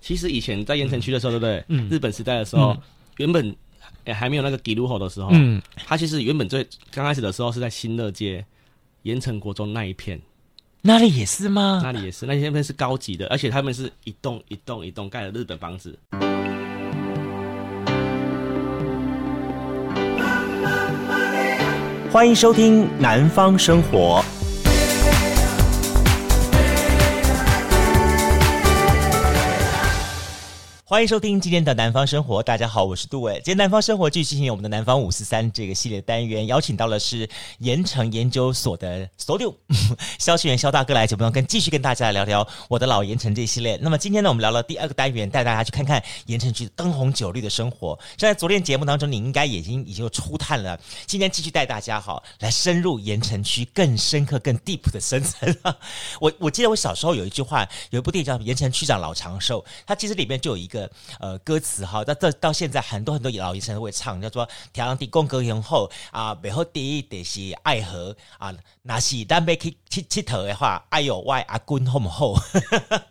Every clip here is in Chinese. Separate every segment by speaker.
Speaker 1: 其实以前在盐城区的时候，对不对？
Speaker 2: 嗯
Speaker 1: 日本时代的时候
Speaker 2: 嗯，
Speaker 1: 原本呃还没有那个吉鲁吼的时候，
Speaker 2: 嗯，
Speaker 1: 它其实原本最刚开始的时候是在新乐街、盐城国中那一片，
Speaker 2: 那里也是吗？
Speaker 1: 那里也是，那些片是高级的，而且他们是一栋一栋一栋盖的日本房子。
Speaker 3: 欢迎收听《南方生活》。欢迎收听今天的《南方生活》，大家好，我是杜伟。今天《南方生活》继续进行我们的“南方五四三”这个系列单元，邀请到的是盐城研究所的 Studio 肖学元肖大哥来节目中跟继续跟大家来聊聊我的老盐城这一系列。那么今天呢，我们聊了第二个单元，带大家去看看盐城区灯红酒绿的生活。在昨天节目当中，你应该已经已经有初探了，今天继续带大家哈来深入盐城区更深刻、更 deep 的深层。 我我记得我小时候有一句话，有一部电影叫《盐城区长老长寿》，它其实里面就有一个呃歌词哈，到到到现在很多很多老盐城都会唱，叫做“天上地公隔年后啊，背后第一得是爱河啊，那是咱要去去佚佗的话，哎呦喂阿公好不好？”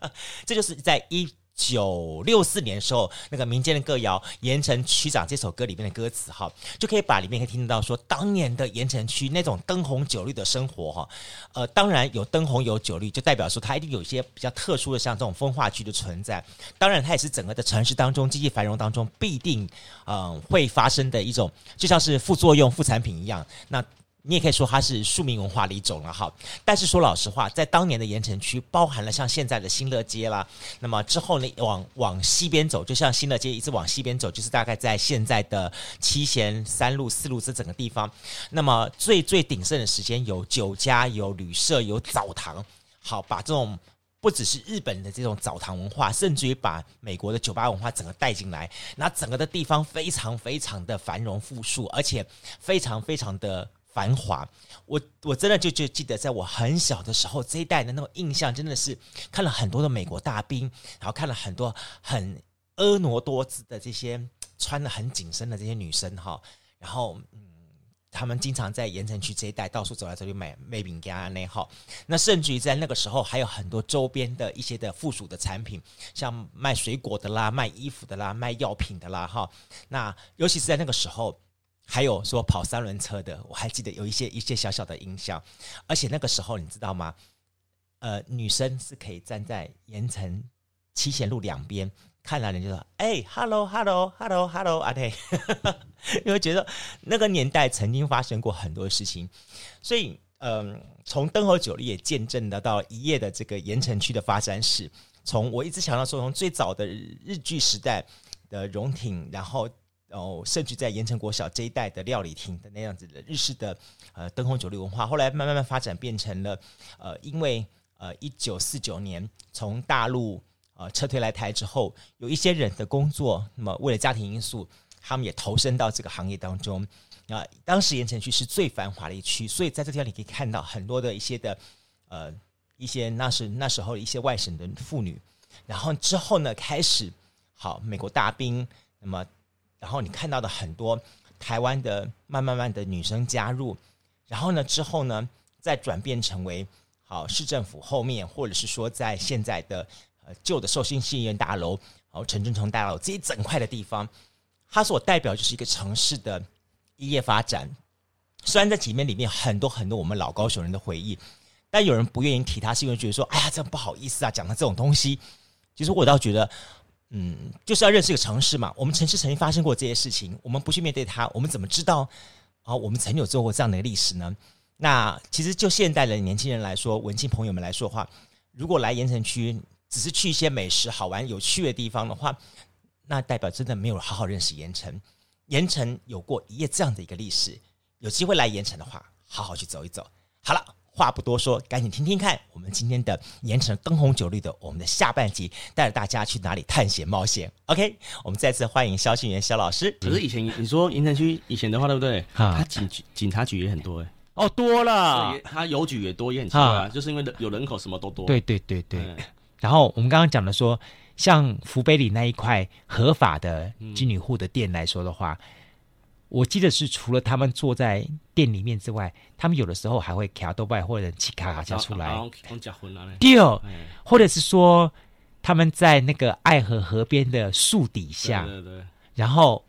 Speaker 3: 这就是在一。九六四年的时候，那个民间的歌谣《盐城区长》这首歌里面的歌词哈，就可以把里面可以听得到说当年的盐城区那种灯红酒绿的生活哈，呃，当然有灯红有酒绿，就代表说它一定有一些比较特殊的，像这种风化区的存在。当然，它也是整个的城市当中经济繁荣当中必定嗯、呃会发生的一种，就像是副作用、副产品一样。那你也可以说它是庶民文化的一种了哈。但是说老实话，在当年的盐城区，包含了像现在的新乐街啦，那么之后呢，往往西边走，就像新乐街一直往西边走，就是大概在现在的七贤三路、四路这整个地方。那么最最鼎盛的时间有酒家、有旅社、有澡堂，好把这种。不只是日本的这种澡堂文化，甚至于把美国的酒吧文化整个带进来，那整个的地方非常非常的繁荣富庶，而且非常非常的繁华。我我真的就就记得，在我很小的时候，这一代的那种印象真的是看了很多的美国大兵，然后看了很多很婀娜多姿的这些穿的很紧身的这些女生哈，然后嗯，他们经常在盐城区这一带到处走来走去买卖饼干啊那哈，那甚至于在那个时候还有很多周边的一些的附属的产品，像卖水果的啦、卖衣服的啦、卖药品的啦哈，那尤其是在那个时候。还有说跑三轮车的，我还记得有一些一些小小的印象，而且那个时候你知道吗？呃，女生是可以站在盐城七贤路两边，看到人就说：“哎、h e l l o h e l l o h e l l o h e l l o 啊 对，因为觉得那个年代曾经发生过很多事情，所以嗯、从灯火酒绿也见证得到一夜的这个盐城区的发展史。从我一直想到说，从最早的日剧时代的荣町，然后然后甚至在盐城国小这一带的料理厅的那样子的日式的呃灯红酒绿文化，后来慢慢慢发展变成了呃，因为呃一九四九年从大陆呃撤退来台之后，有一些人的工作，那么为了家庭因素，他们也投身到这个行业当中。啊、当时盐城区是最繁华的一区，所以在这地方你可以看到很多的一些的呃一些那是那时候的一些外省的妇女，然后之后呢开始好美国大兵，那么然后你看到的很多台湾的慢慢慢的女生加入，然后呢之后呢再转变成为好市政府后面，或者是说在现在的呃旧的寿星戏院大楼，然后陈振成大楼这一整块的地方，它所代表就是一个城市的一夜发展。虽然在里面里面很多很多我们老高雄人的回忆，但有人不愿意提它，是因为觉得说，哎呀，这不好意思啊，讲到这种东西。其实我倒觉得，嗯，就是要认识一个城市嘛。我们城市曾经发生过这些事情，我们不去面对它，我们怎么知道啊？我们曾有做过这样的一个历史呢？那其实就现代的年轻人来说，文青朋友们来说的话，如果来盐城区只是去一些美食好玩、有趣的地方的话，那代表真的没有好好认识盐城。盐城有过一夜这样的一个历史，有机会来盐城的话，好好去走一走。好了，话不多说，赶紧听听看我们今天的盐城灯红酒绿的我们的下半集，带着大家去哪里探险冒险。OK，我们再次欢迎肖信元肖老师。
Speaker 1: 可是以前你说盐城区以前的话，对不对？
Speaker 2: 啊
Speaker 1: 它警局警察局也很多哎、
Speaker 2: 哦，多了
Speaker 1: 对，它邮局也多，也很奇怪啊，
Speaker 2: 啊
Speaker 1: 就是因为有人口什么都多。
Speaker 2: 对对对对。
Speaker 1: 嗯，
Speaker 2: 然后我们刚刚讲的说，像福北里那一块合法的金女户的店来说的话，我记得是除了他们坐在店里面之外，他们有的时候还会
Speaker 1: 啊
Speaker 2: 卡豆拜或者起卡卡加出来
Speaker 1: 然后讲婚了嘞。
Speaker 2: 第二，
Speaker 1: 哎
Speaker 2: 或者是说。
Speaker 3: 他们在那个爱河河边的树底下，
Speaker 1: 对对对，
Speaker 3: 然后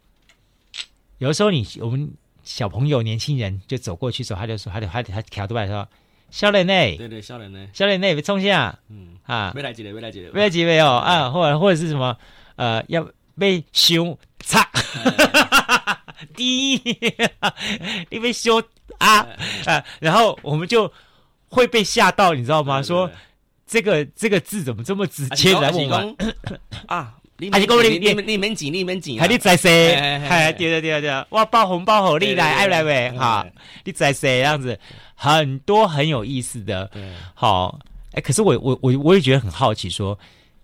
Speaker 3: 有的时候你我们小朋友、年轻人就走过去的时候，他就说，他就他他挑出来说：“少年内，
Speaker 1: 对对，笑脸呢，
Speaker 3: 少年内，别冲下
Speaker 1: 嗯，
Speaker 3: 啊，
Speaker 1: 未来几个，未来几个，
Speaker 3: 别急没哦啊，或者或者是什么呃，要被修擦 滴，你被修啊啊，然后我们就会被吓到，你知道吗？说这个这个字怎么这么直接来问我们？
Speaker 1: 啊，你你们紧，你们紧，
Speaker 3: 还你在谁？
Speaker 1: 哎哎哎
Speaker 3: 哎，对对对对，哇，包红包好利来，爱
Speaker 1: 对对对
Speaker 3: 来哎喂，
Speaker 1: 对
Speaker 3: 哈，你在谁？这样子，很多很有意思的，
Speaker 1: 对，
Speaker 3: 好，哎，可是我我我我也觉得很好奇说，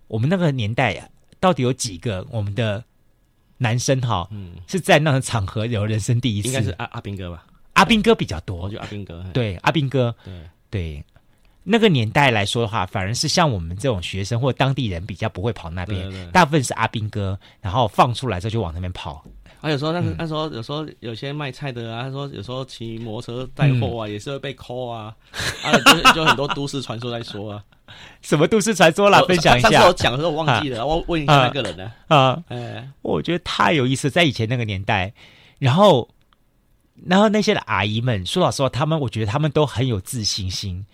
Speaker 3: 我们那个年代啊到底有几个我们的男生哈，
Speaker 1: 嗯，
Speaker 3: 是在那种场合有人生第一次？
Speaker 1: 应该是阿阿兵哥吧，
Speaker 3: 阿兵哥比较多
Speaker 1: 我，就阿兵哥，哎
Speaker 3: 对，阿兵哥，
Speaker 1: 对，
Speaker 3: 对。那个年代来说的话，反而是像我们这种学生或当地人比较不会跑那边，
Speaker 1: 对对对
Speaker 3: 大部分是阿兵哥，然后放出来之后就往那边跑。
Speaker 1: 啊，有时候那
Speaker 3: 嗯
Speaker 1: 那时候有时候有些卖菜的啊，他说有时候骑摩托车
Speaker 3: 嗯
Speaker 1: 带货啊，也是会被扣啊，啊，就就很多都市传说在说 啊，
Speaker 3: 什么都市传说啦，分享一
Speaker 1: 上次
Speaker 3: 下
Speaker 1: 我讲的时候忘记了，我问一下那个人呢，
Speaker 3: 啊！
Speaker 1: 哎，
Speaker 3: 我觉得太有意思，在以前那个年代，然后，然后那些的阿姨们，说老实话，他们我觉得他们都很有自信心，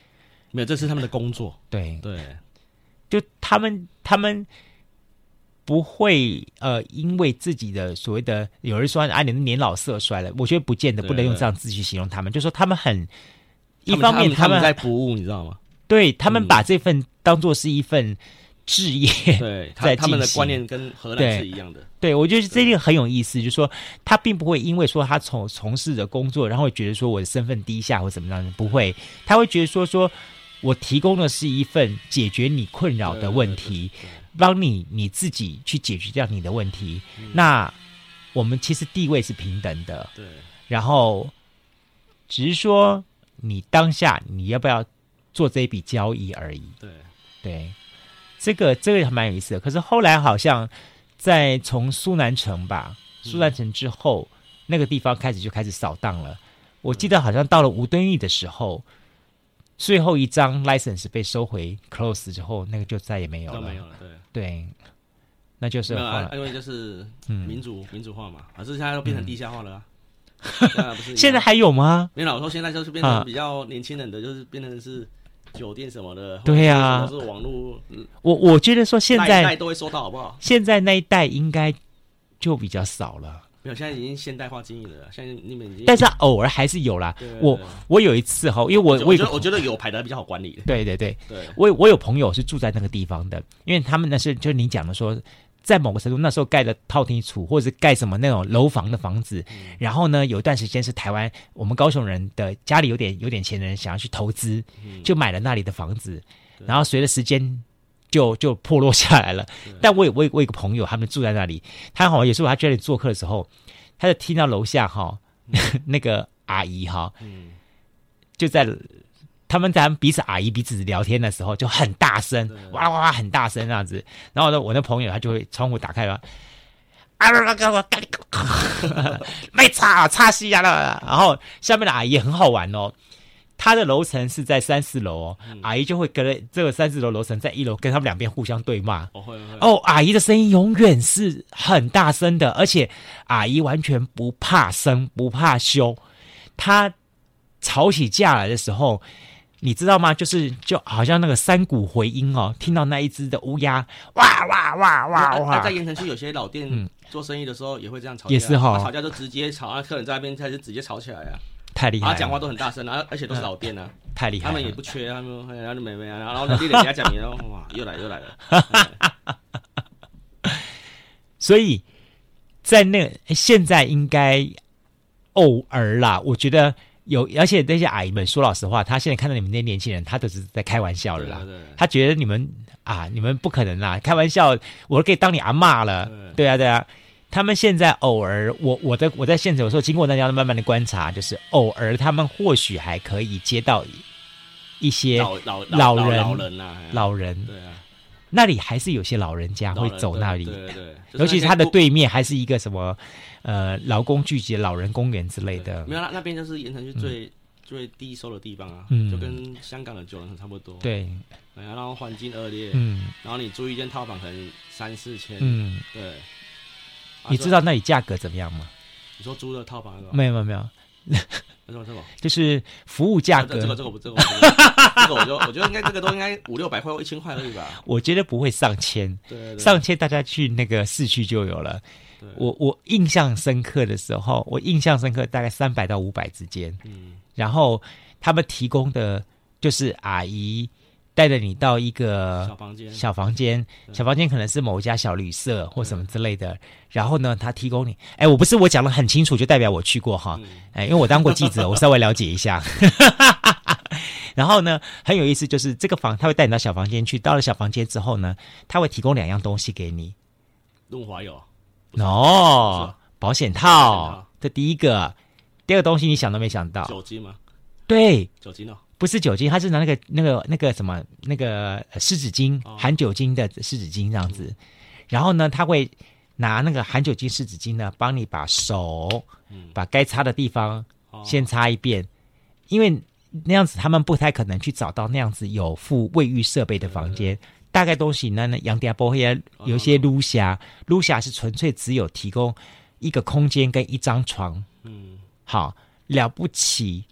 Speaker 1: 没有，这是他们的工作，
Speaker 3: 对，
Speaker 1: 对，
Speaker 3: 就他们他们不会呃，因为自己的所谓的有人说啊，你们年老色衰了，我觉得不见得
Speaker 1: 对
Speaker 3: 不能用这样字去形容他们，就说他们很一
Speaker 1: 一
Speaker 3: 方面
Speaker 1: 他们在
Speaker 3: 们
Speaker 1: 服务，你知道吗？
Speaker 3: 对他们
Speaker 1: 嗯
Speaker 3: 把这份当做是一份置业，
Speaker 1: 对，
Speaker 3: 在
Speaker 1: 他他们的
Speaker 3: 进行
Speaker 1: 观念跟荷兰是一样的，
Speaker 3: 对，我觉得这个很有意思，就是说他并不会因为说他从从事的工作，然后会觉得说我的身份低下或怎么样，不会，他会觉得说说我提供的是一份解决你困扰的问题，帮你你自己去解决掉你的问题。那我们其实地位是平等的，
Speaker 1: 对，
Speaker 3: 然后只是说你当下你要不要做这一笔交易而已。
Speaker 1: 对，
Speaker 3: 对，这个这个还蛮有意思的。可是后来好像在从苏南城吧，苏南城之后，那个地方开始就开始扫荡了。我记得好像到了吴敦义的时候，最后一张 license 被收回 close 之后，那个就再也没有
Speaker 1: 都
Speaker 3: 了。
Speaker 1: 没有了，对。
Speaker 3: 对，那就是
Speaker 1: 没有
Speaker 3: 后
Speaker 1: 啊，
Speaker 3: 来。
Speaker 1: 因为就是
Speaker 3: 嗯
Speaker 1: 民主、民主化嘛，可是现在都变成地下化了啊。对啊不是一样
Speaker 3: 嗯现在还有吗？
Speaker 1: 没有啦，我说现在就是变
Speaker 3: 啊
Speaker 1: 成比较年轻人的，就是变成是酒店什么的。
Speaker 3: 对啊
Speaker 1: 或者是网络嗯
Speaker 3: 我我觉得说现
Speaker 1: 那一代
Speaker 3: 在
Speaker 1: 都会收到，好不好？
Speaker 3: 现在那一代应该就比较少了，
Speaker 1: 没有，现在已经现代化经营了，现在你们已经。
Speaker 3: 但是偶尔还是有啦
Speaker 1: 对。
Speaker 3: 我我有一次哈，因为我
Speaker 1: 我
Speaker 3: 我有
Speaker 1: 觉
Speaker 3: 个
Speaker 1: 得我觉得有牌的比较好管 理的，
Speaker 3: 对对对，
Speaker 1: 对
Speaker 3: 我我有朋友是住在那个地方的，因为他们那是就是你讲的说，在某个程度那时候盖的套厅处或者是盖什么那种楼房的房子，
Speaker 1: 嗯
Speaker 3: 然后呢有一段时间是台湾我们高雄人的家里有点有点钱的人想要去投资，
Speaker 1: 嗯
Speaker 3: 就买了那里的房子，然后随着时间。就就破落下来了，但我有我有我有一个朋友，他们住在那里，他好像也是我他家里做客的时候，他就听到楼下哈、 那个阿姨哈、
Speaker 1: 嗯，
Speaker 3: 就在他们咱彼此阿姨彼此聊天的时候就很大声，哇哇哇很大声那样子。然后呢，我那朋友他就会窗户打开了，啊啦啦啦， 没擦擦西呀啦。然后下面的阿姨也很好玩哦。她的楼层是在三四楼哦，阿姨就会跟这个三四楼楼层在一楼跟他们两边互相对骂。
Speaker 1: 我会会。
Speaker 3: 哦，阿姨的声音永远是很大声的，而且阿姨完全不怕生，不怕羞。她吵起架来的时候，你知道吗？就是就好像那个山谷回音哦，听到那一只的乌鸦哇哇哇哇
Speaker 1: 那在
Speaker 3: 哇，
Speaker 1: 盐城区有些老店做生意的时候也会这样吵架，
Speaker 3: 也是哈
Speaker 1: 啊吵架就直接吵，啊，客人在那边开始直接吵起来啊，
Speaker 3: 太厉害
Speaker 1: 啊，
Speaker 3: 了，
Speaker 1: 讲话都很大声，啊，而且都是老店啊，
Speaker 3: 太 厉害
Speaker 1: 他
Speaker 3: 了，
Speaker 1: 们也不缺，他们哎然后妹妹啊，然后你脸给他讲，你然后哇，又来又来了，哎
Speaker 3: 所以在那现在应该偶尔啦，我觉得有，而且那些阿姨们说老实话，她现在看到你们那些年轻人，她都是在开玩笑的
Speaker 1: 对
Speaker 3: 啦
Speaker 1: 啊。对啊，
Speaker 3: 他觉得你们啊，你们不可能啦，开玩笑，我都可以当你阿嬷了。对啊，对啊。他们现在偶尔，我我在我在现场有时候经过大家慢慢的观察，就是偶尔他们或许还可以接到一些
Speaker 1: 老老
Speaker 3: 老
Speaker 1: 老
Speaker 3: 人
Speaker 1: 老人呐，哎
Speaker 3: 老人，
Speaker 1: 对啊，
Speaker 3: 那里还是有些老人家
Speaker 1: 老
Speaker 3: 会
Speaker 1: 人
Speaker 3: 走那里，
Speaker 1: 对对对，就
Speaker 3: 尤
Speaker 1: 是
Speaker 3: 其是
Speaker 1: 那
Speaker 3: 他的
Speaker 1: 些
Speaker 3: 对面还是一个什么呃劳工聚集的老人公园之类
Speaker 1: 不
Speaker 3: 的
Speaker 1: 没。有那那边就是盐城区最最低收的地方啊，
Speaker 3: 嗯
Speaker 1: 就跟香港的九人很差不多。，哎
Speaker 3: 对，
Speaker 1: 然后环境恶劣，
Speaker 3: 嗯
Speaker 1: 然后你租一间套房可能三四千，
Speaker 3: 嗯，
Speaker 1: 对。啊
Speaker 3: 你知？
Speaker 1: 所以
Speaker 3: 道那里价格怎么样吗？
Speaker 1: 你说租的套房是吧？
Speaker 3: 没有没有没有，
Speaker 1: 那什么什么？
Speaker 3: 就是服务价
Speaker 1: 啊这这个
Speaker 3: 格，
Speaker 1: 这个不这个我不这个我就我觉得应该这个都应该五六百块或一千块而已吧。
Speaker 3: 我觉得不会上千，
Speaker 1: 对对对
Speaker 3: 上千大家去那个市区就有了。
Speaker 1: 对
Speaker 3: 我我印象深刻的时候，我印象深刻大概三百到五百之间，
Speaker 1: 嗯
Speaker 3: 然后他们提供的就是阿姨带着你到一个
Speaker 1: 小房间嗯
Speaker 3: 小房间，
Speaker 1: 对
Speaker 3: 小房间可能是某一家小旅社或什么之类的。然后呢，他提供你，哎，我不是我讲的很清楚，就代表我去过哈，
Speaker 1: 嗯
Speaker 3: 哎，因为我当过 记者，我稍微了解一下。 然后呢，很有意思，就是这个房他会带你到小房间去，到了小房间之后呢，他会提供两样东西给你，
Speaker 1: 润滑油不错，
Speaker 3: 哦保
Speaker 1: 保险
Speaker 3: 险套
Speaker 1: 套，
Speaker 3: 这第一个，第二个东西你想都没想到，
Speaker 1: 酒精吗？
Speaker 3: 对，
Speaker 1: 酒精哦，
Speaker 3: 不是酒精，它是拿那个那个那个什么那个呃湿纸巾，
Speaker 1: 哦
Speaker 3: 含酒精的湿纸巾这样子。然后呢，他会拿那个含酒精湿纸巾呢，帮你把手
Speaker 1: 嗯
Speaker 3: 把该擦的地方
Speaker 1: 哦
Speaker 3: 先擦一遍，因为那样子他们不太可能去找到那样子有附卫浴设备的房间。大概东西呢，那杨迪亚波会啊有一
Speaker 1: 哦
Speaker 3: 些撸霞，撸霞是纯粹只有提供一个空间跟一张床，
Speaker 1: 嗯
Speaker 3: 好了不起，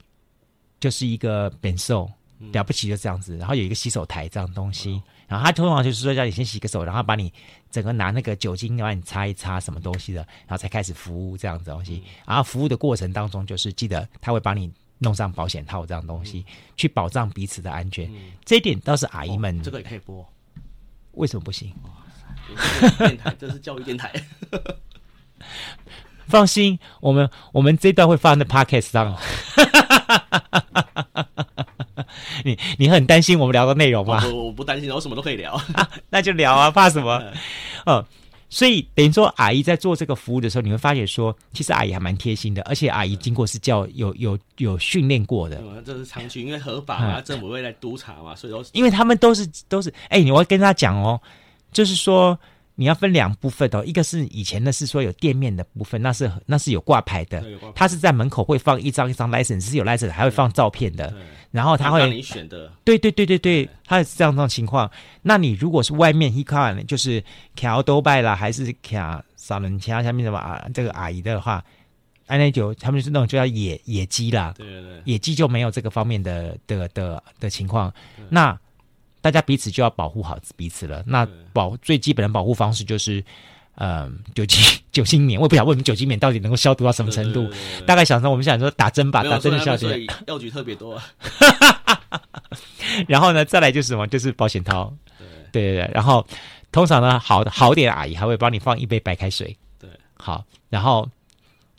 Speaker 3: 就是一个本寿，
Speaker 1: 嗯哦
Speaker 3: 了不起就这样子。然后有一个洗手台这样东西，然后他通常就是说叫你先洗个手，然后把你整个拿那个酒精把你擦一擦什么东西的，然后才开始服务这样子东西。
Speaker 1: 嗯
Speaker 3: 然后服务的过程当中，就是记得他会帮你弄上保险套这样东西，去保障彼此的安全。
Speaker 1: 嗯，
Speaker 3: 这一点倒是阿姨们、
Speaker 1: 哦这个也可以 播。
Speaker 3: 为什么不行？
Speaker 1: 电台，这是教育电台。
Speaker 3: 放心，我们我们这段会放在 podcast 上。哦 你你很担心我们聊的内容
Speaker 1: 我
Speaker 3: 吗？
Speaker 1: 我我不担心，我什么都可以聊。
Speaker 3: 那就聊啊，怕什么？嗯，所以等于说，阿姨在做这个服务的时候，你会发觉说，其实阿姨还蛮贴心的，而且阿姨经过是教有有有训练过的，
Speaker 1: 嗯这是长期，因为合法嘛，政府会来督查嘛，所以都
Speaker 3: 因为嗯他们都是都是，哎、你我要跟他讲哦，就是说你要分两部分哦，一个是以前那是说有店面的部分，那是那是有挂牌的，
Speaker 1: 对有挂牌
Speaker 3: 他是在门口会放一张一张 license，是有 license，还会放照片的，
Speaker 1: 对，
Speaker 3: 然嗯后他
Speaker 1: 让
Speaker 3: 会，
Speaker 1: 你选的，
Speaker 3: 对对对对对，他是这样这种情况。那你如果是外面 he can 就是卡多拜啦，还是卡萨伦其他下面什么啊这个阿姨的话，安内九他们就是那种就叫野野鸡啦，
Speaker 1: 对对对，
Speaker 3: 野鸡就没有这个方面的的的的情况。那大家彼此就要保护好彼此了。那
Speaker 1: 对
Speaker 3: 保最基本的保护方式就是，嗯、酒精酒精棉，我也不想问我们酒精棉到底能够消毒到什么程度。
Speaker 1: 对？对对对
Speaker 3: 大概想说，我们想说打针吧，
Speaker 1: 没
Speaker 3: 打
Speaker 1: 有，
Speaker 3: 针
Speaker 1: 所
Speaker 3: 的
Speaker 1: 以
Speaker 3: 消
Speaker 1: 他
Speaker 3: 毒。
Speaker 1: 所以药局特别多。啊
Speaker 3: 然后呢，再来就是什么，就是保险套。
Speaker 1: 对
Speaker 3: 对对对，然后通常呢，好好点的阿姨还会帮你放一杯白开水。
Speaker 1: 对，
Speaker 3: 好，然后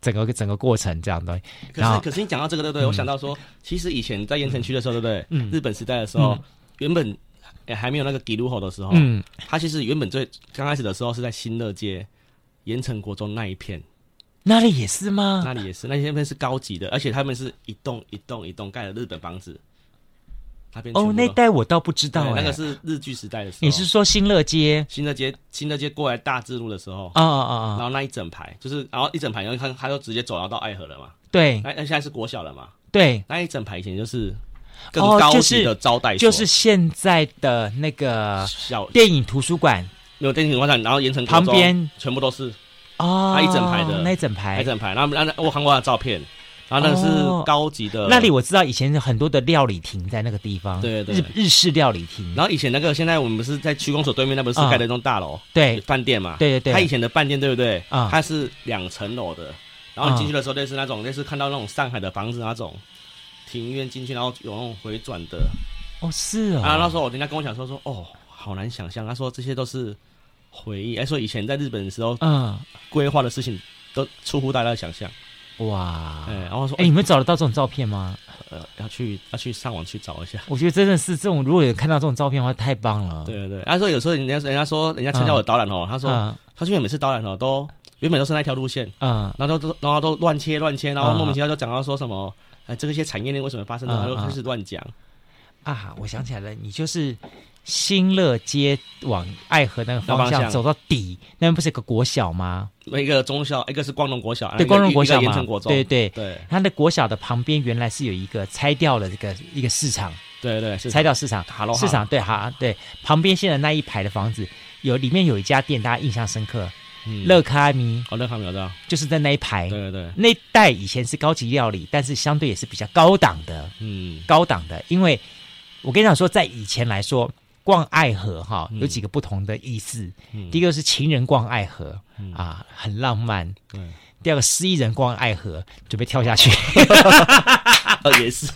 Speaker 3: 整个整个过程这样的东西，
Speaker 1: 可
Speaker 3: 然
Speaker 1: 是
Speaker 3: 后
Speaker 1: 可是你讲到这个，对不对？我想到说，其实以前在盐城区的时候，对不对？
Speaker 3: 嗯
Speaker 1: 日本时代的时候，原本哎还没有那个吉鲁吼的时候，
Speaker 3: 嗯，
Speaker 1: 它其实原本最刚开始的时候是在新乐街。盐城国中那一片，
Speaker 3: 那里也是吗？
Speaker 1: 那里也是，那些片是高级的，而且他们是一栋一栋一栋盖的日本房子。那边全
Speaker 3: 哦，
Speaker 1: 部
Speaker 3: 那
Speaker 1: 都
Speaker 3: 代我倒不知道、
Speaker 1: 对
Speaker 3: 哎，
Speaker 1: 那个是日剧时代的时候。
Speaker 3: 你是说新乐街？
Speaker 1: 新乐街新乐街过来大智路的时候，
Speaker 3: 啊啊
Speaker 1: 然
Speaker 3: 啊！
Speaker 1: 后那一整排就是，然后一整排，然后看他就直接走到到爱河了嘛。
Speaker 3: 对
Speaker 1: 那那现在是国小了嘛？
Speaker 3: 对，
Speaker 1: 那一整排以前就是更
Speaker 3: 哦
Speaker 1: 高
Speaker 3: 就
Speaker 1: 级
Speaker 3: 是
Speaker 1: 的招待所，啊
Speaker 3: 就是现在的那个
Speaker 1: 小
Speaker 3: 电影图书馆
Speaker 1: 没有电影广场，然后盐城国
Speaker 3: 旁
Speaker 1: 中
Speaker 3: 边
Speaker 1: 全部都是
Speaker 3: 哦，
Speaker 1: 它一整排的
Speaker 3: 那一整
Speaker 1: 那
Speaker 3: 排
Speaker 1: 一。整排。然后那那我看过他的照片，然后那个
Speaker 3: 哦
Speaker 1: 是高级的
Speaker 3: 那里。我知道以前有很多的料理亭在那个地方，
Speaker 1: 对对
Speaker 3: 日日式料理亭，
Speaker 1: 然后以前那个，现在我们不是在区公所对面，那不是
Speaker 3: 啊
Speaker 1: 盖的一栋大楼
Speaker 3: 对
Speaker 1: 饭店嘛？
Speaker 3: 对对对，
Speaker 1: 他以前的饭店对不对？
Speaker 3: 啊
Speaker 1: 它是两层楼的，然后你进去的时候类似那种类似看到那种上海的房子那种庭院进去，然后有那种回转的。
Speaker 3: 哦是哦，
Speaker 1: 啊，那时候我人家跟我讲说说哦，好难想象。他说这些都是回忆，哎，说以前在日本的时候
Speaker 3: 嗯，
Speaker 1: 规划的事情都出乎大家的想象。
Speaker 2: 啊
Speaker 3: 哇，
Speaker 1: 哎，然后说
Speaker 3: 哎、
Speaker 1: 哎
Speaker 3: 你们找得到这种照片吗？
Speaker 1: 呃要去要去上网去找一下。
Speaker 3: 我觉得真的是这种，如果有看到这种照片的话，太棒
Speaker 2: 啊
Speaker 3: 了。
Speaker 1: 对对对，他说有时候人家人家说人家参加我的导览哦，他说
Speaker 3: 嗯
Speaker 1: 他说因为每次导览哦都原本都是那条路线。
Speaker 3: 嗯
Speaker 1: 然后都然后都乱切乱切，然后
Speaker 3: 啊
Speaker 1: 莫名其妙就讲到说什么，哎，这个些产业链为什么发生的，
Speaker 3: 啊
Speaker 1: 然后就开始乱讲。
Speaker 3: 啊，我想起来了，你就是
Speaker 2: 新乐街往爱河那个方
Speaker 1: 那方
Speaker 2: 向
Speaker 1: 向
Speaker 2: 走到底，那边不是有个国小吗？
Speaker 1: 那一个中啊校，一个是光荣国小，
Speaker 2: 对，光荣国小
Speaker 1: 盐
Speaker 2: 嘛
Speaker 1: 城国，中，
Speaker 2: 对对。
Speaker 1: 对
Speaker 2: 它的国小的旁边原来是有一个拆掉了这个一个市场，
Speaker 1: 对对，是
Speaker 2: 拆掉市场，
Speaker 1: 哈喽哈
Speaker 2: 市场对哈对，旁边现在那一排的房子有里面有一家店，大家印象深刻，
Speaker 1: 嗯
Speaker 2: 乐哎咖米
Speaker 1: 哦乐康苗道，
Speaker 2: 就是在那一排
Speaker 1: 对，对对，
Speaker 2: 那一带以前是高级料理，但是相对也是比较高档的，
Speaker 1: 嗯
Speaker 2: 高档的，因为我跟你讲说，在以前来说，逛爱河哈
Speaker 1: 嗯
Speaker 2: 有几个不同的意思，
Speaker 1: 嗯
Speaker 2: 第一个是情人逛爱河
Speaker 1: 嗯
Speaker 2: 啊，很浪漫。
Speaker 1: 对，
Speaker 2: 第二个失意人逛爱河，准备跳下去，
Speaker 1: 呃也是，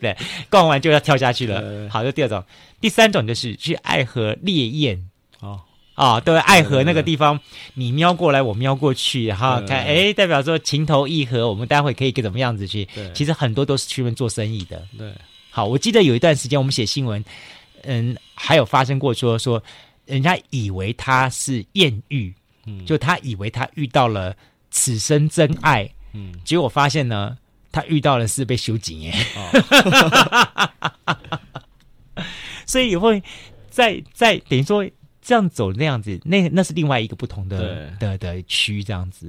Speaker 2: 对，逛完就要跳下去
Speaker 1: 对对对
Speaker 2: 了。好，这第二种，第三种就是去爱河猎艳
Speaker 1: 哦
Speaker 2: 啊，对，爱
Speaker 1: 对对
Speaker 2: 河那个地方，你瞄过来，我瞄过去，然后
Speaker 1: 对对
Speaker 2: 看，
Speaker 1: 对
Speaker 2: 哎，代表说情投意合，我们待会可以怎么样子去？
Speaker 1: 对
Speaker 2: 其实很多都是去那边做生意的。
Speaker 1: 对，
Speaker 2: 好，我记得有一段时间我们写新闻，嗯，还有发生过说说，人家以为他是艳遇，
Speaker 1: 嗯
Speaker 2: 就他以为他遇到了此生真爱，
Speaker 1: 嗯
Speaker 2: 结果发现呢，他遇到的是 被修剪耶，
Speaker 1: 哦
Speaker 2: 所以也会在在等于说这样走那样子，那那是另外一个不同的的的区这样子，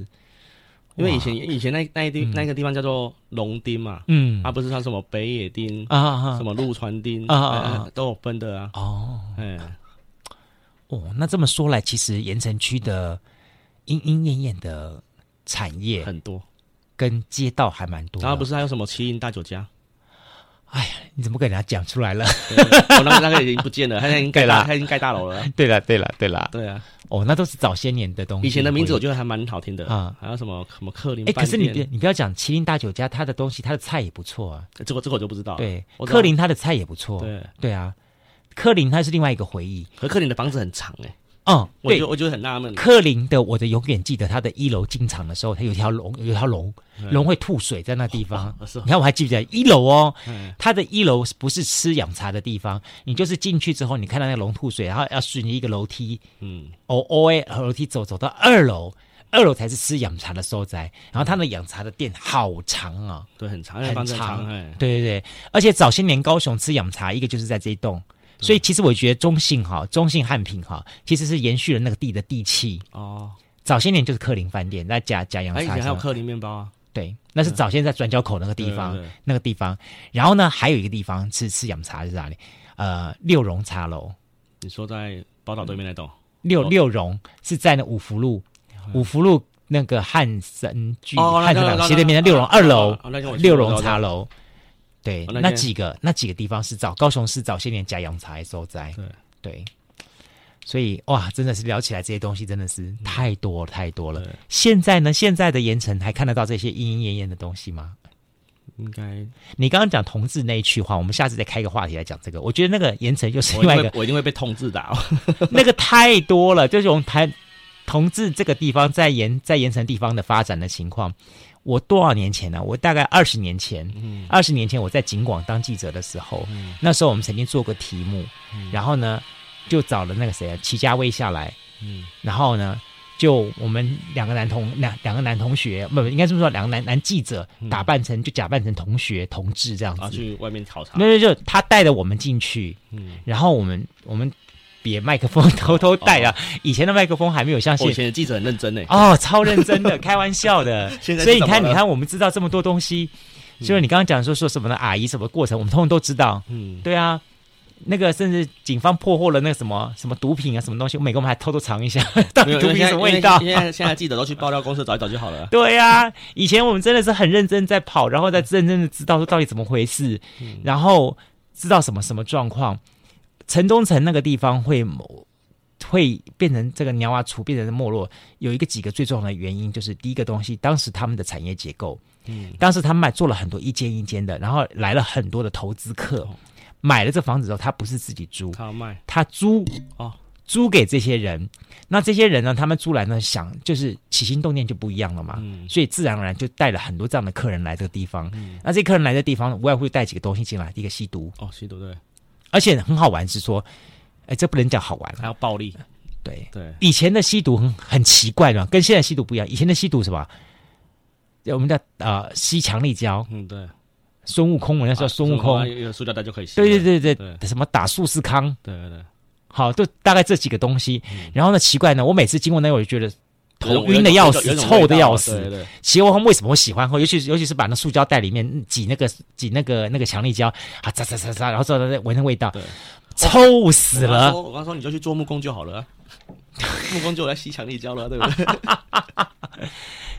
Speaker 1: 因为
Speaker 2: 哇
Speaker 1: 以前以前那那一地那个地方叫做龙町嘛，
Speaker 2: 嗯
Speaker 1: 啊不是像什么北野町
Speaker 2: 啊啊
Speaker 1: 什么陆船町
Speaker 2: 啊啊
Speaker 1: 哎
Speaker 2: 啊
Speaker 1: 哎都有分的啊，
Speaker 2: 哦
Speaker 1: 哎
Speaker 2: 哦，那这么说来，其实盐城区的莺莺燕燕的产业
Speaker 1: 很多，
Speaker 2: 跟街道还蛮多的，啊
Speaker 1: 然后不是还有什么麒麟大酒家，
Speaker 2: 你怎么给人家讲出来了？
Speaker 1: 对我哦那个那个已经不 见了，他已经盖
Speaker 2: 对
Speaker 1: 大
Speaker 2: 啦
Speaker 1: 他已经盖大楼 了，
Speaker 2: 对了，对了，对 了，
Speaker 1: 对啊，
Speaker 2: 哦，那都是早些年的东西。
Speaker 1: 以前的名字我
Speaker 2: 回忆，
Speaker 1: 觉得还蛮好听的
Speaker 2: 啊
Speaker 1: 还有什么什么克林
Speaker 2: 哎，
Speaker 1: 饭店，
Speaker 2: 可是你别你不要讲麒麟大酒家，它的东西，它的菜也不错啊。
Speaker 1: 这个这个我就不知道了，
Speaker 2: 对，
Speaker 1: 哦我知道
Speaker 2: 柯林它的菜也不错。
Speaker 1: 对，
Speaker 2: 对啊，柯林它是另外一个回忆。
Speaker 1: 可是克林的房子很长哎，
Speaker 2: 嗯，
Speaker 1: 我
Speaker 2: 对
Speaker 1: 就，我就很纳闷，
Speaker 2: 柯林的我的永远记得他的一楼进场的时候，他有一条龙，有一条龙，
Speaker 1: 嗯
Speaker 2: 龙会吐水在那地方。
Speaker 1: 哦是哦
Speaker 2: 你看我还记不记得一楼哦？
Speaker 1: 嗯
Speaker 2: 它的一楼不是吃养茶的地方，你就是进去之后，你看到那个龙吐水，然后要顺着一个楼梯，
Speaker 1: 嗯
Speaker 2: 哦哦哎，楼梯走走到二楼，二楼才是吃养茶的所在。然后他的养茶的店好长啊，
Speaker 1: 对，很长，那
Speaker 2: 很
Speaker 1: 房子很长
Speaker 2: 长
Speaker 1: 哎，，
Speaker 2: 对对对。而且早些年高雄吃养茶，一个就是在这一栋，所以其实我觉得中信哈，中信汉品哈，其实是延续了那个地的地气。
Speaker 1: 哦，
Speaker 2: 早些年就是克林饭店，那假假养
Speaker 1: 哎，以
Speaker 2: 茶
Speaker 1: 前还
Speaker 2: 什
Speaker 1: 有
Speaker 2: 么，
Speaker 1: 克林面包啊，
Speaker 2: 对，那是早先在转角口那个地方
Speaker 1: 对，对对
Speaker 2: 那个地方。然后呢，还有一个地方是吃养茶是哪里？呃，六荣茶楼。
Speaker 1: 你说在宝岛对面那栋，
Speaker 2: 六
Speaker 1: 哦嗯
Speaker 2: 六榕是在那五福路，五福路那个汉神剧
Speaker 1: 哦那
Speaker 2: 汉
Speaker 1: 个
Speaker 2: 神
Speaker 1: 那个
Speaker 2: 港斜对面的
Speaker 1: 那个
Speaker 2: 六榕
Speaker 1: 哦
Speaker 2: 二楼
Speaker 1: 哦那个我，知道
Speaker 2: 六
Speaker 1: 我
Speaker 2: 榕
Speaker 1: 知道
Speaker 2: 茶楼，对，
Speaker 1: 哦那
Speaker 2: 那
Speaker 1: 间
Speaker 2: 几个那几个地方是早高雄市早些年假洋茶的所在，
Speaker 1: 对
Speaker 2: 对，所以哇，真的是聊起来这些东西真的是太多了太多了
Speaker 1: 嗯对。
Speaker 2: 现在呢，现在的盐城还看得到这些莺莺燕燕的东西吗？
Speaker 1: 应该
Speaker 2: 你刚刚讲同志那一句话，我们下次再开一个话题来讲这个。我觉得那个盐城又是
Speaker 1: 我
Speaker 2: 另
Speaker 1: 一
Speaker 2: 外一
Speaker 1: 定
Speaker 2: 个
Speaker 1: 会我一定会被通知的啊，
Speaker 2: 哦 那个太多了，就是我们谈同志这个地方在盐在盐城地方的发展的情况。我多少年前呢、我大概二十年前，二十年前我在警广当记者的时候，
Speaker 1: 嗯
Speaker 2: 那时候我们曾经做过题目，
Speaker 1: 嗯
Speaker 2: 然后呢就找了那个谁啊，齐家威下来，
Speaker 1: 嗯
Speaker 2: 然后呢就我们两个男同两两个男同学，不不应该这么说，两个男男记者
Speaker 1: 嗯
Speaker 2: 打扮成就假扮成同学同志这样
Speaker 1: 然后啊
Speaker 2: 子，
Speaker 1: 去外面考察
Speaker 2: 没，有就他带着我们进去，
Speaker 1: 嗯，
Speaker 2: 然后我们我们别麦克风偷偷带啊，
Speaker 1: 哦
Speaker 2: 以前的麦克风还没有像
Speaker 1: 我以
Speaker 2: 现
Speaker 1: 前的记者很认真呢，
Speaker 2: 哦，超认真的，开玩 笑的。
Speaker 1: 现在是
Speaker 2: 所以你
Speaker 1: 怎么
Speaker 2: 看，
Speaker 1: 了
Speaker 2: 你看，我们知道这么多东西，就是你刚刚讲说说什么的阿姨什么过程，我们通通都知道。
Speaker 1: 嗯，
Speaker 2: 对啊，那个甚至警方破获了那个什么什么毒品啊，什么东西，我每个我们还偷偷尝一 下，到
Speaker 1: 没
Speaker 2: 底
Speaker 1: 有
Speaker 2: 毒
Speaker 1: 因为
Speaker 2: 品
Speaker 1: 现在
Speaker 2: 啊什么味道
Speaker 1: 因？为现在现在记者都去爆料公司找一找就好 了，
Speaker 2: 对啊，以前我们真的是很认真在跑，然后再认真的知道说到底怎么回事，
Speaker 1: 嗯
Speaker 2: 然后知道什么什么状况。城中城那个地方会某会变成这个鸟瓦楚变成没落，有一个几个最重要的原因，就是第一个东西，当时他们的产业结构，
Speaker 1: 嗯
Speaker 2: 当时他们买做了很多一间一间的，然后来了很多的投资客
Speaker 1: 哦，
Speaker 2: 买了这房子之后，他不是自己住，
Speaker 1: 他要卖
Speaker 2: 他租
Speaker 1: 哦，
Speaker 2: 租给这些人。那这些人呢，他们租来呢，想就是起心动念就不一样了嘛，
Speaker 1: 嗯
Speaker 2: 所以自然而然就带了很多这样的客人来这个地方。那这些客人来这地方，无外乎带几个东西进来，第一个吸毒，
Speaker 1: 哦，吸毒对，
Speaker 2: 而且很好玩是说，哎，这不能讲好玩
Speaker 1: 还
Speaker 2: 啊，
Speaker 1: 有暴 力，
Speaker 2: 对。
Speaker 1: 对，
Speaker 2: 以前的吸毒很很奇怪嘛，跟现在吸毒不一样。以前的吸毒什么？我们叫呃吸强力胶，
Speaker 1: 嗯对，
Speaker 2: 孙悟空，我那时候
Speaker 1: 啊
Speaker 2: 孙悟空，
Speaker 1: 啊有有塑料袋就可以吸了，
Speaker 2: 对对对对，
Speaker 1: 对
Speaker 2: 什么打术士康，
Speaker 1: 对对对，
Speaker 2: 好，就大概这几个东西。然后呢，奇怪呢，我每次经过那，我就觉得头晕的要死，臭的要死。
Speaker 1: 对对，
Speaker 2: 其实我为什么会喜欢喝，尤其尤其是把那塑胶袋里面嗯挤那个挤那个那个强力胶啊，喳喳喳喳，然后之后再闻那味道
Speaker 1: 对，
Speaker 2: 臭死了。
Speaker 1: 我刚说你就去做木工就好了、 木工就来吸强力胶了，对不对？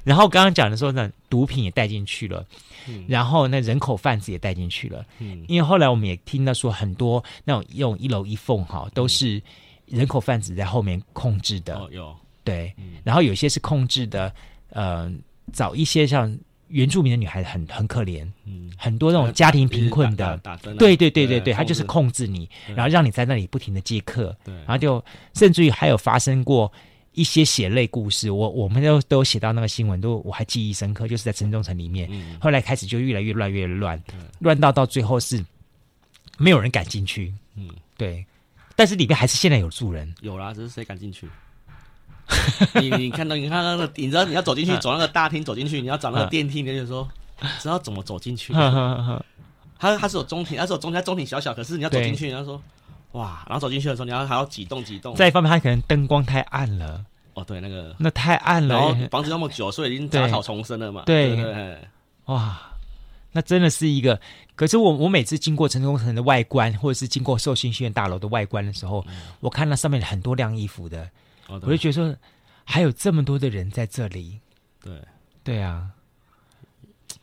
Speaker 2: 然后刚刚讲的时候呢，毒品也带进去了，
Speaker 1: 嗯
Speaker 2: 然后那人口贩子也带进去了，
Speaker 1: 嗯
Speaker 2: 因为后来我们也听到说很多那种用一楼一缝哈，都是人口贩子在后面控制的，
Speaker 1: 哦有，
Speaker 2: 对，
Speaker 1: 嗯
Speaker 2: 然后有些是控制的，呃，找一些像原住民的女孩很很可怜，
Speaker 1: 嗯，
Speaker 2: 很多那种家庭贫困
Speaker 1: 打
Speaker 2: 的，
Speaker 1: 打针啊，
Speaker 2: 对对对对对，他就是
Speaker 1: 控
Speaker 2: 控制你，
Speaker 1: 对
Speaker 2: 然后让你在那里不停的接客，
Speaker 1: 制，对
Speaker 2: 然后就甚至于还有发生过一些血泪故事，我我们都都有写到那个新闻，都我还记忆深刻，就是在城中城里面，
Speaker 1: 嗯
Speaker 2: 后来开始就越来越乱，越来越乱，乱到到最后是没有人敢进去，
Speaker 1: 嗯，
Speaker 2: 对，但是里面还是现在有住人，
Speaker 1: 有啦，只是谁敢进去？ 你你看到你看到那个，你知道你要走进去，
Speaker 2: 嗯
Speaker 1: 走那个大厅走进去，你要找那个电梯，你就说知道怎么走进去。
Speaker 2: 呵呵呵
Speaker 1: 它它是有中庭，它是有中庭，它中庭小小，可是你要走进去，然后说哇，然后走进去的时候，你要还要几栋几栋。
Speaker 2: 再一方面，他可能灯光太暗了，
Speaker 1: 哦，对，那个，
Speaker 2: 那太暗
Speaker 1: 然后
Speaker 2: 了，
Speaker 1: 房子那么久，所以已经杂草丛生了嘛。
Speaker 2: 对
Speaker 1: 对对，
Speaker 2: 哇，那真的是一个。可是我我每次经过城中城的外观，或者是经过寿星学院大楼的外观的时候，
Speaker 1: 嗯
Speaker 2: 我看到上面很多晾衣服的，
Speaker 1: 我
Speaker 2: 我就觉得说，还有这么多的人在这里。
Speaker 1: 对。
Speaker 2: 对啊，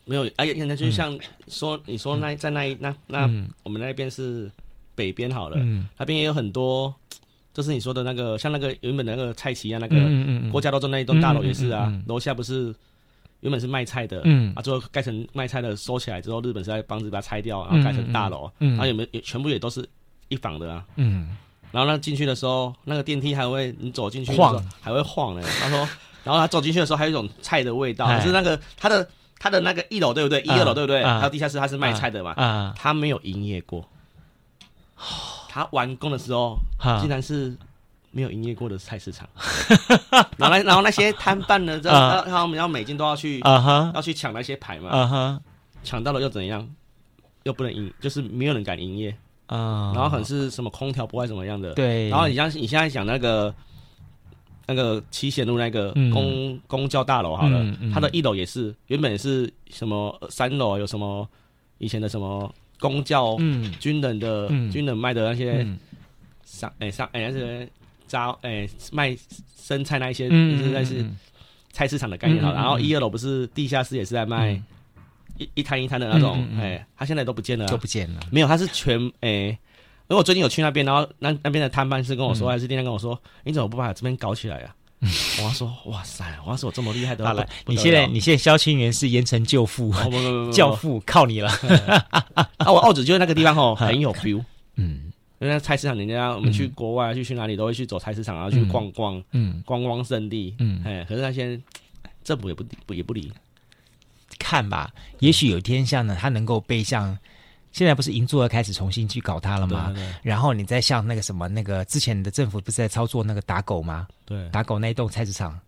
Speaker 1: 没有，哎，那就像说，你说那在那一那那呃
Speaker 2: 嗯
Speaker 1: 我们那边是北边好了，
Speaker 2: 嗯
Speaker 1: 那边也有很多，就是你说的那个，像那个原本的那个菜奇啊，那
Speaker 2: 嗯
Speaker 1: 个
Speaker 2: 嗯嗯
Speaker 1: 国
Speaker 2: 嗯，
Speaker 1: 家楼中那一栋大楼也是啊
Speaker 2: 嗯嗯嗯嗯，
Speaker 1: 楼下不是原本是卖菜的，
Speaker 2: 嗯
Speaker 1: 啊，最后盖成卖菜的收起来之后，日本是在帮着把它拆掉，然后盖成大楼，啊
Speaker 2: 嗯嗯嗯
Speaker 1: 然后有没有也全部也都是一房的啊，
Speaker 2: 嗯，
Speaker 1: 然后那进去的时候，那个电梯还会，你走进去的时
Speaker 2: 晃
Speaker 1: 候还会晃呢、他说，然后他走进去的时候还有一种菜的味道，
Speaker 2: 哎
Speaker 1: 可是那个他的他的那个一楼对不对？一
Speaker 2: 啊
Speaker 1: 二楼对不对？
Speaker 2: 啊
Speaker 1: 还有地下室他是卖菜的嘛？
Speaker 2: 啊
Speaker 1: 他没有营业过，他完工的时候
Speaker 2: 哈
Speaker 1: 竟然是没有营业过的菜市场。然后那然后那些摊贩呢，知
Speaker 2: 啊
Speaker 1: 道他们要每天都要去
Speaker 2: 啊哈
Speaker 1: 要去抢那些牌嘛，
Speaker 2: 啊哈
Speaker 1: 抢到了又怎样？又不能营，就是没有人敢营业，
Speaker 2: 啊，
Speaker 1: 然后很是什么空调不爱怎么样的，
Speaker 2: 对，
Speaker 1: 然后你像你现在讲那个那个七贤路那个
Speaker 2: 嗯
Speaker 1: 公、公教大楼好了，
Speaker 2: 嗯嗯
Speaker 1: 它的一楼也是原本也是什么呃三楼有什么以前的什么公教、
Speaker 2: 嗯
Speaker 1: 军人的、
Speaker 2: 嗯
Speaker 1: 军人卖的那些
Speaker 2: 嗯
Speaker 1: 商哎、商哎那些渣哎卖生菜那一些，
Speaker 2: 嗯
Speaker 1: 就是类似
Speaker 2: 嗯
Speaker 1: 菜市场的概念好了，
Speaker 2: 嗯嗯嗯
Speaker 1: 然后一二楼不是地下室也是在卖
Speaker 2: 嗯
Speaker 1: 一一摊一摊的那种
Speaker 2: 嗯，嗯嗯
Speaker 1: 哎、它现在都不见了啊、
Speaker 2: 都不见了，
Speaker 1: 没有，他是全诶、因为我最近有去那边，然后那那边的摊贩是跟我
Speaker 2: 嗯
Speaker 1: 说，还是店家跟我说，你怎么不把这边搞起来啊？ 我要说，哇塞，我要是我这么厉害的话，
Speaker 2: 好了
Speaker 1: 不，不
Speaker 2: 哦你
Speaker 1: 得
Speaker 2: 现在
Speaker 1: 了
Speaker 2: 你现在萧清源是盐城舅父，
Speaker 1: 哦不不不不
Speaker 2: 教
Speaker 1: 不
Speaker 2: 父靠你了，
Speaker 1: 啊，我澳洲就是那个地方 吼，很有 feel，
Speaker 2: 嗯
Speaker 1: 因为那菜市场，人家我们去国外啊去去哪里都会去走菜市场，然后去
Speaker 2: 嗯
Speaker 1: 逛逛
Speaker 2: 嗯
Speaker 1: 观光圣地，
Speaker 2: 嗯，
Speaker 1: 哎，可是那些政府也不不也不理，
Speaker 2: 看吧，也许有一天像呢，他能够被像现在不是银座开始重新去搞它了吗？
Speaker 1: 对
Speaker 2: 然后你再像那个什么那个之前的政府不是在操作那个打狗吗？
Speaker 1: 对，
Speaker 2: 打狗那一栋菜市场，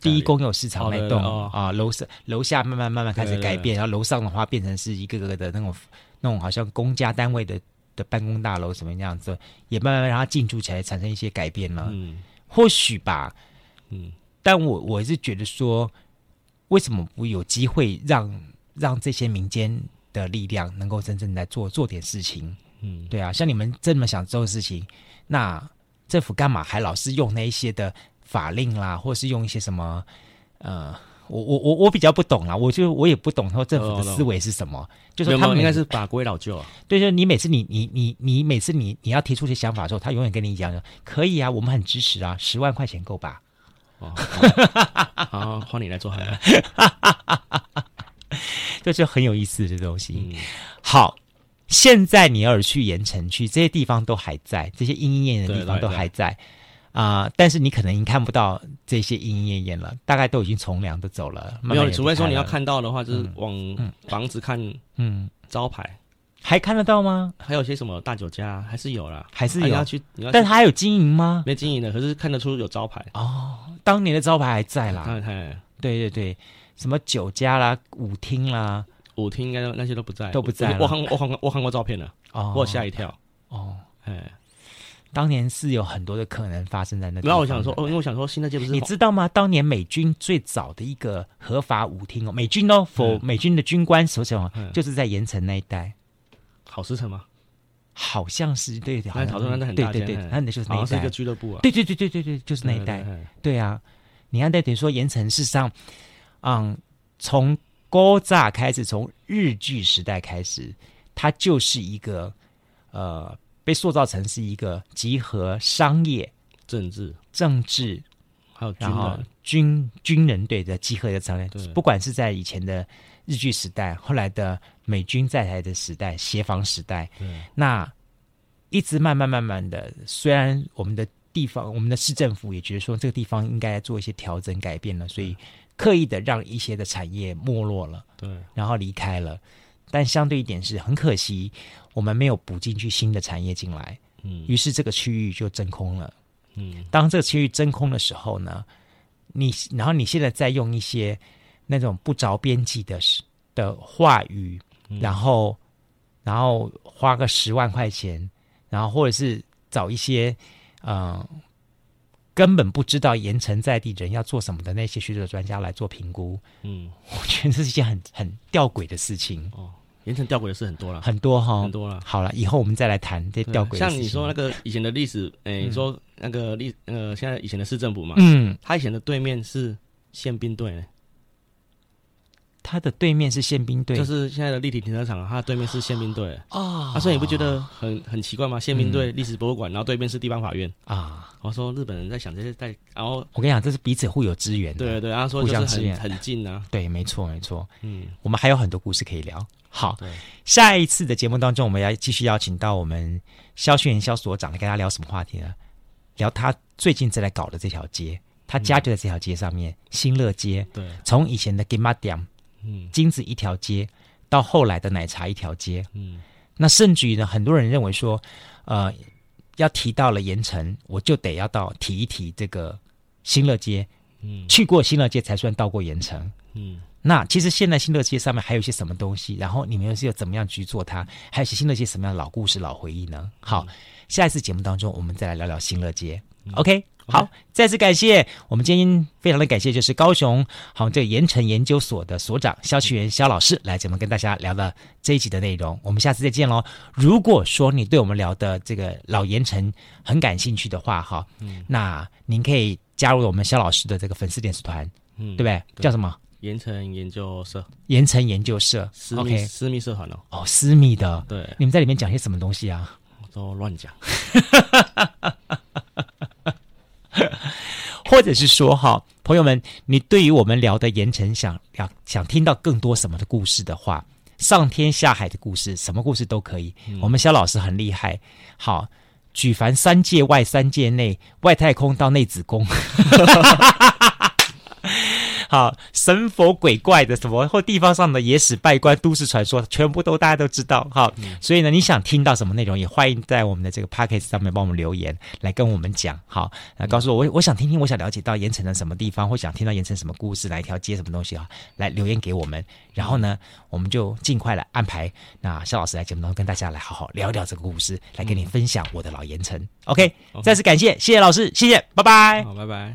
Speaker 2: 第一公有市场那一栋
Speaker 1: 哦对哦
Speaker 2: 啊，楼上楼下慢慢慢慢开始
Speaker 1: 对对
Speaker 2: 改变，然后楼上的话变成是一个个的那种那种好像公家单位的的办公大楼什么样子，也慢慢让它进驻起来，产生一些改变了，
Speaker 1: 嗯
Speaker 2: 或许吧。
Speaker 1: 嗯，
Speaker 2: 但我我是觉得说，为什么不有机会让让这些民间的力量能够真正来做做点事情？
Speaker 1: 嗯，
Speaker 2: 对啊，像你们这么想做的事情，那政府干嘛还老是用那一些的法令啦，或是用一些什么呃？我我我我比较不懂啦，我就我也不懂说政府的
Speaker 1: 懂哦懂
Speaker 2: 思维是什么，就
Speaker 1: 没
Speaker 2: 是
Speaker 1: 有
Speaker 2: 他们
Speaker 1: 没有应该是法规老旧啊，
Speaker 2: 对，就是你每次你你你你每次你你要提出一些想法的时候，他永远跟你讲说可以啊，我们很支持啊，十万块钱够吧？
Speaker 1: 哦， 好，好换你来做好了，
Speaker 2: 这就很有意思的东西。
Speaker 1: 嗯。
Speaker 2: 好，现在你要去盐城区这些地方都还在，这些莺莺燕燕的地方
Speaker 1: 对对
Speaker 2: 都还在啊、但是你可能已经看不到这些莺莺燕燕了，大概都已经从良的走了。慢慢
Speaker 1: 没有，
Speaker 2: 也离
Speaker 1: 除非说
Speaker 2: 开
Speaker 1: 你要
Speaker 2: 了，
Speaker 1: 看到的话，就是往房子看
Speaker 2: 嗯，
Speaker 1: 招牌，
Speaker 2: 还看得到吗？
Speaker 1: 还有些什么大酒家还是有啦，
Speaker 2: 还是
Speaker 1: 啊你
Speaker 2: 有，
Speaker 1: 要去，你要去
Speaker 2: 但它还有经营吗？
Speaker 1: 没经营的，可是看得出有招牌哎
Speaker 2: 哦，当年的招牌还在啦。
Speaker 1: 看看
Speaker 2: 对对对，什么酒家啦、舞厅啦，
Speaker 1: 舞厅应该都那些都不在，
Speaker 2: 都不在了
Speaker 1: 我我看我看过我看过照片了，
Speaker 2: 哦，
Speaker 1: 我有吓一跳。
Speaker 2: 哦，
Speaker 1: 哎，
Speaker 2: 当年是有很多的可能发生在那。
Speaker 1: 然后我想说，哦，因为我想说新乐街不是
Speaker 2: 你知道吗？当年美军最早的一个合法舞厅哦，美军哦，否、
Speaker 1: 嗯
Speaker 2: 美军的军官首长、
Speaker 1: 嗯
Speaker 2: 就是在盐城那一带，
Speaker 1: 好时辰吗？
Speaker 2: 好像是对，好
Speaker 1: 那
Speaker 2: 像
Speaker 1: 讨论那很
Speaker 2: 对
Speaker 1: 大
Speaker 2: 对
Speaker 1: 间，
Speaker 2: 对，
Speaker 1: 嗯
Speaker 2: 那就是那
Speaker 1: 好像
Speaker 2: 一
Speaker 1: 是一
Speaker 2: 带
Speaker 1: 个，俱乐部啊，嗯
Speaker 2: 对对对对对对，就是那一
Speaker 1: 对
Speaker 2: 带，，
Speaker 1: 对对
Speaker 2: 对啊。你看，对，等于说盐城事实上，嗯，从高炸开始，从日据时代开始，它就是一个呃，被塑造成是一个集合商业、
Speaker 1: 政治
Speaker 2: 政治
Speaker 1: 还有军
Speaker 2: 然后
Speaker 1: 人，
Speaker 2: 军军人队的集合的成员
Speaker 1: 对，
Speaker 2: 不管是在以前的日据时代，后来的美军在台的时代、协防时代，
Speaker 1: 对
Speaker 2: 那一直慢慢慢慢的，虽然我们的地方、我们的市政府也觉得说这个地方应该做一些调整改变了，所以刻意的让一些的产业没落了，
Speaker 1: 对，
Speaker 2: 然后离开了。但相对一点是很可惜，我们没有补进去新的产业进来，
Speaker 1: 嗯
Speaker 2: 于是这个区域就真空了。
Speaker 1: 嗯，
Speaker 2: 当这个区域真空的时候呢，你然后你现在再用一些那种不着边际的事的话语，
Speaker 1: 嗯
Speaker 2: 然后然后花个十万块钱，然后或者是找一些呃根本不知道盐城在地人要做什么的那些学者专家来做评估，
Speaker 1: 嗯，
Speaker 2: 我觉得这是一件很很吊诡的事情，
Speaker 1: 哦，盐城吊诡的事很多了，
Speaker 2: 很多哈、
Speaker 1: 很多了。
Speaker 2: 好了，以后我们再来谈这
Speaker 1: 对
Speaker 2: 哎吊诡的
Speaker 1: 像
Speaker 2: 事
Speaker 1: 你
Speaker 2: 情
Speaker 1: 说那个以前的历史，哎，你说那个历呃，现在以前的市政府嘛，
Speaker 2: 嗯，
Speaker 1: 他以前的对面是宪兵队呢，
Speaker 2: 它的对面是宪兵队，
Speaker 1: 就是现在的立体停车场，啊它的对面是宪兵队。
Speaker 2: 啊
Speaker 1: 啊，所以你不觉得很很奇怪吗？宪兵
Speaker 2: 嗯
Speaker 1: 队历史博物馆，然后对面是地方法院。
Speaker 2: 啊。
Speaker 1: 然后说日本人在想这些在，然后
Speaker 2: 我跟你讲，这是彼此互有资源的。
Speaker 1: 对对对，然后说就
Speaker 2: 啊互相
Speaker 1: 是
Speaker 2: 支
Speaker 1: 很
Speaker 2: 援
Speaker 1: 很近啊，
Speaker 2: 对没错没错，
Speaker 1: 嗯，
Speaker 2: 我们还有很多故事可以聊。好
Speaker 1: 对，
Speaker 2: 下一次的节目当中，我们要继续邀请到我们肖旭元肖所长来跟他聊什么话题呢？聊他最近正在搞的这条街，他家就在这条街上面，新乐街，
Speaker 1: 对，
Speaker 2: 从以前的 g i m a d i a m
Speaker 1: 嗯
Speaker 2: 金子一条街，到后来的奶茶一条街，
Speaker 1: 嗯
Speaker 2: 那甚至于呢，很多人认为说，呃，要提到了盐城，我就得要到提一提这个新乐街，
Speaker 1: 嗯
Speaker 2: 去过新乐街才算到过盐城。
Speaker 1: 嗯
Speaker 2: 那其实现在新乐街上面还有一些什么东西？然后你们又是要怎么样去做它？还有一些新乐街什么样的老故事、老回忆呢？好，下一次节目当中我们再来聊聊新乐街。OK，好，再次感谢我们今天非常的感谢，就是高雄好这个盐城研究所的所长肖启元肖老师来节目跟大家聊了这一集的内容。我们下次再见喽。如果说你对我们聊的这个老盐城很感兴趣的话，哈，那您可以加入我们肖老师的这个粉丝电视团，
Speaker 1: 嗯，
Speaker 2: 对不？对？叫什么？
Speaker 1: 盐城研究社
Speaker 2: 盐城研究社
Speaker 1: 私密
Speaker 2: ，OK，
Speaker 1: 私密社团哦，
Speaker 2: 哦，私密的，
Speaker 1: 对，
Speaker 2: 你们在里面讲些什么东西啊？
Speaker 1: 我都乱讲，
Speaker 2: 或者是说哈，朋友们，你对于我们聊的盐城想想想听到更多什么的故事的话，上天下海的故事，什么故事都可以。
Speaker 1: 嗯
Speaker 2: 我们肖老师很厉害，好。举凡三界外、三界内、外太空到内子宫， 好，神佛鬼怪的什么或地方上的野史拜官、都市传说，全部都大家都知道。好，所以呢，你想听到什么内容，也欢迎在我们的这个 p a c k a g e 上面帮我们留言，来跟我们讲。好，来告诉我，我我想听听，我想了解到盐城的什么地方，或想听到盐城什么故事，哪一条街什么东西啊，来留言给我们。然后呢，我们就尽快来安排那肖老师来节目当中跟大家来好好聊一聊这个故事，来
Speaker 3: 嗯
Speaker 2: 跟你分享我的老盐城。OK，
Speaker 1: OK
Speaker 2: 再次感谢，谢谢老师，谢谢，拜拜。
Speaker 1: 嗯好，拜拜。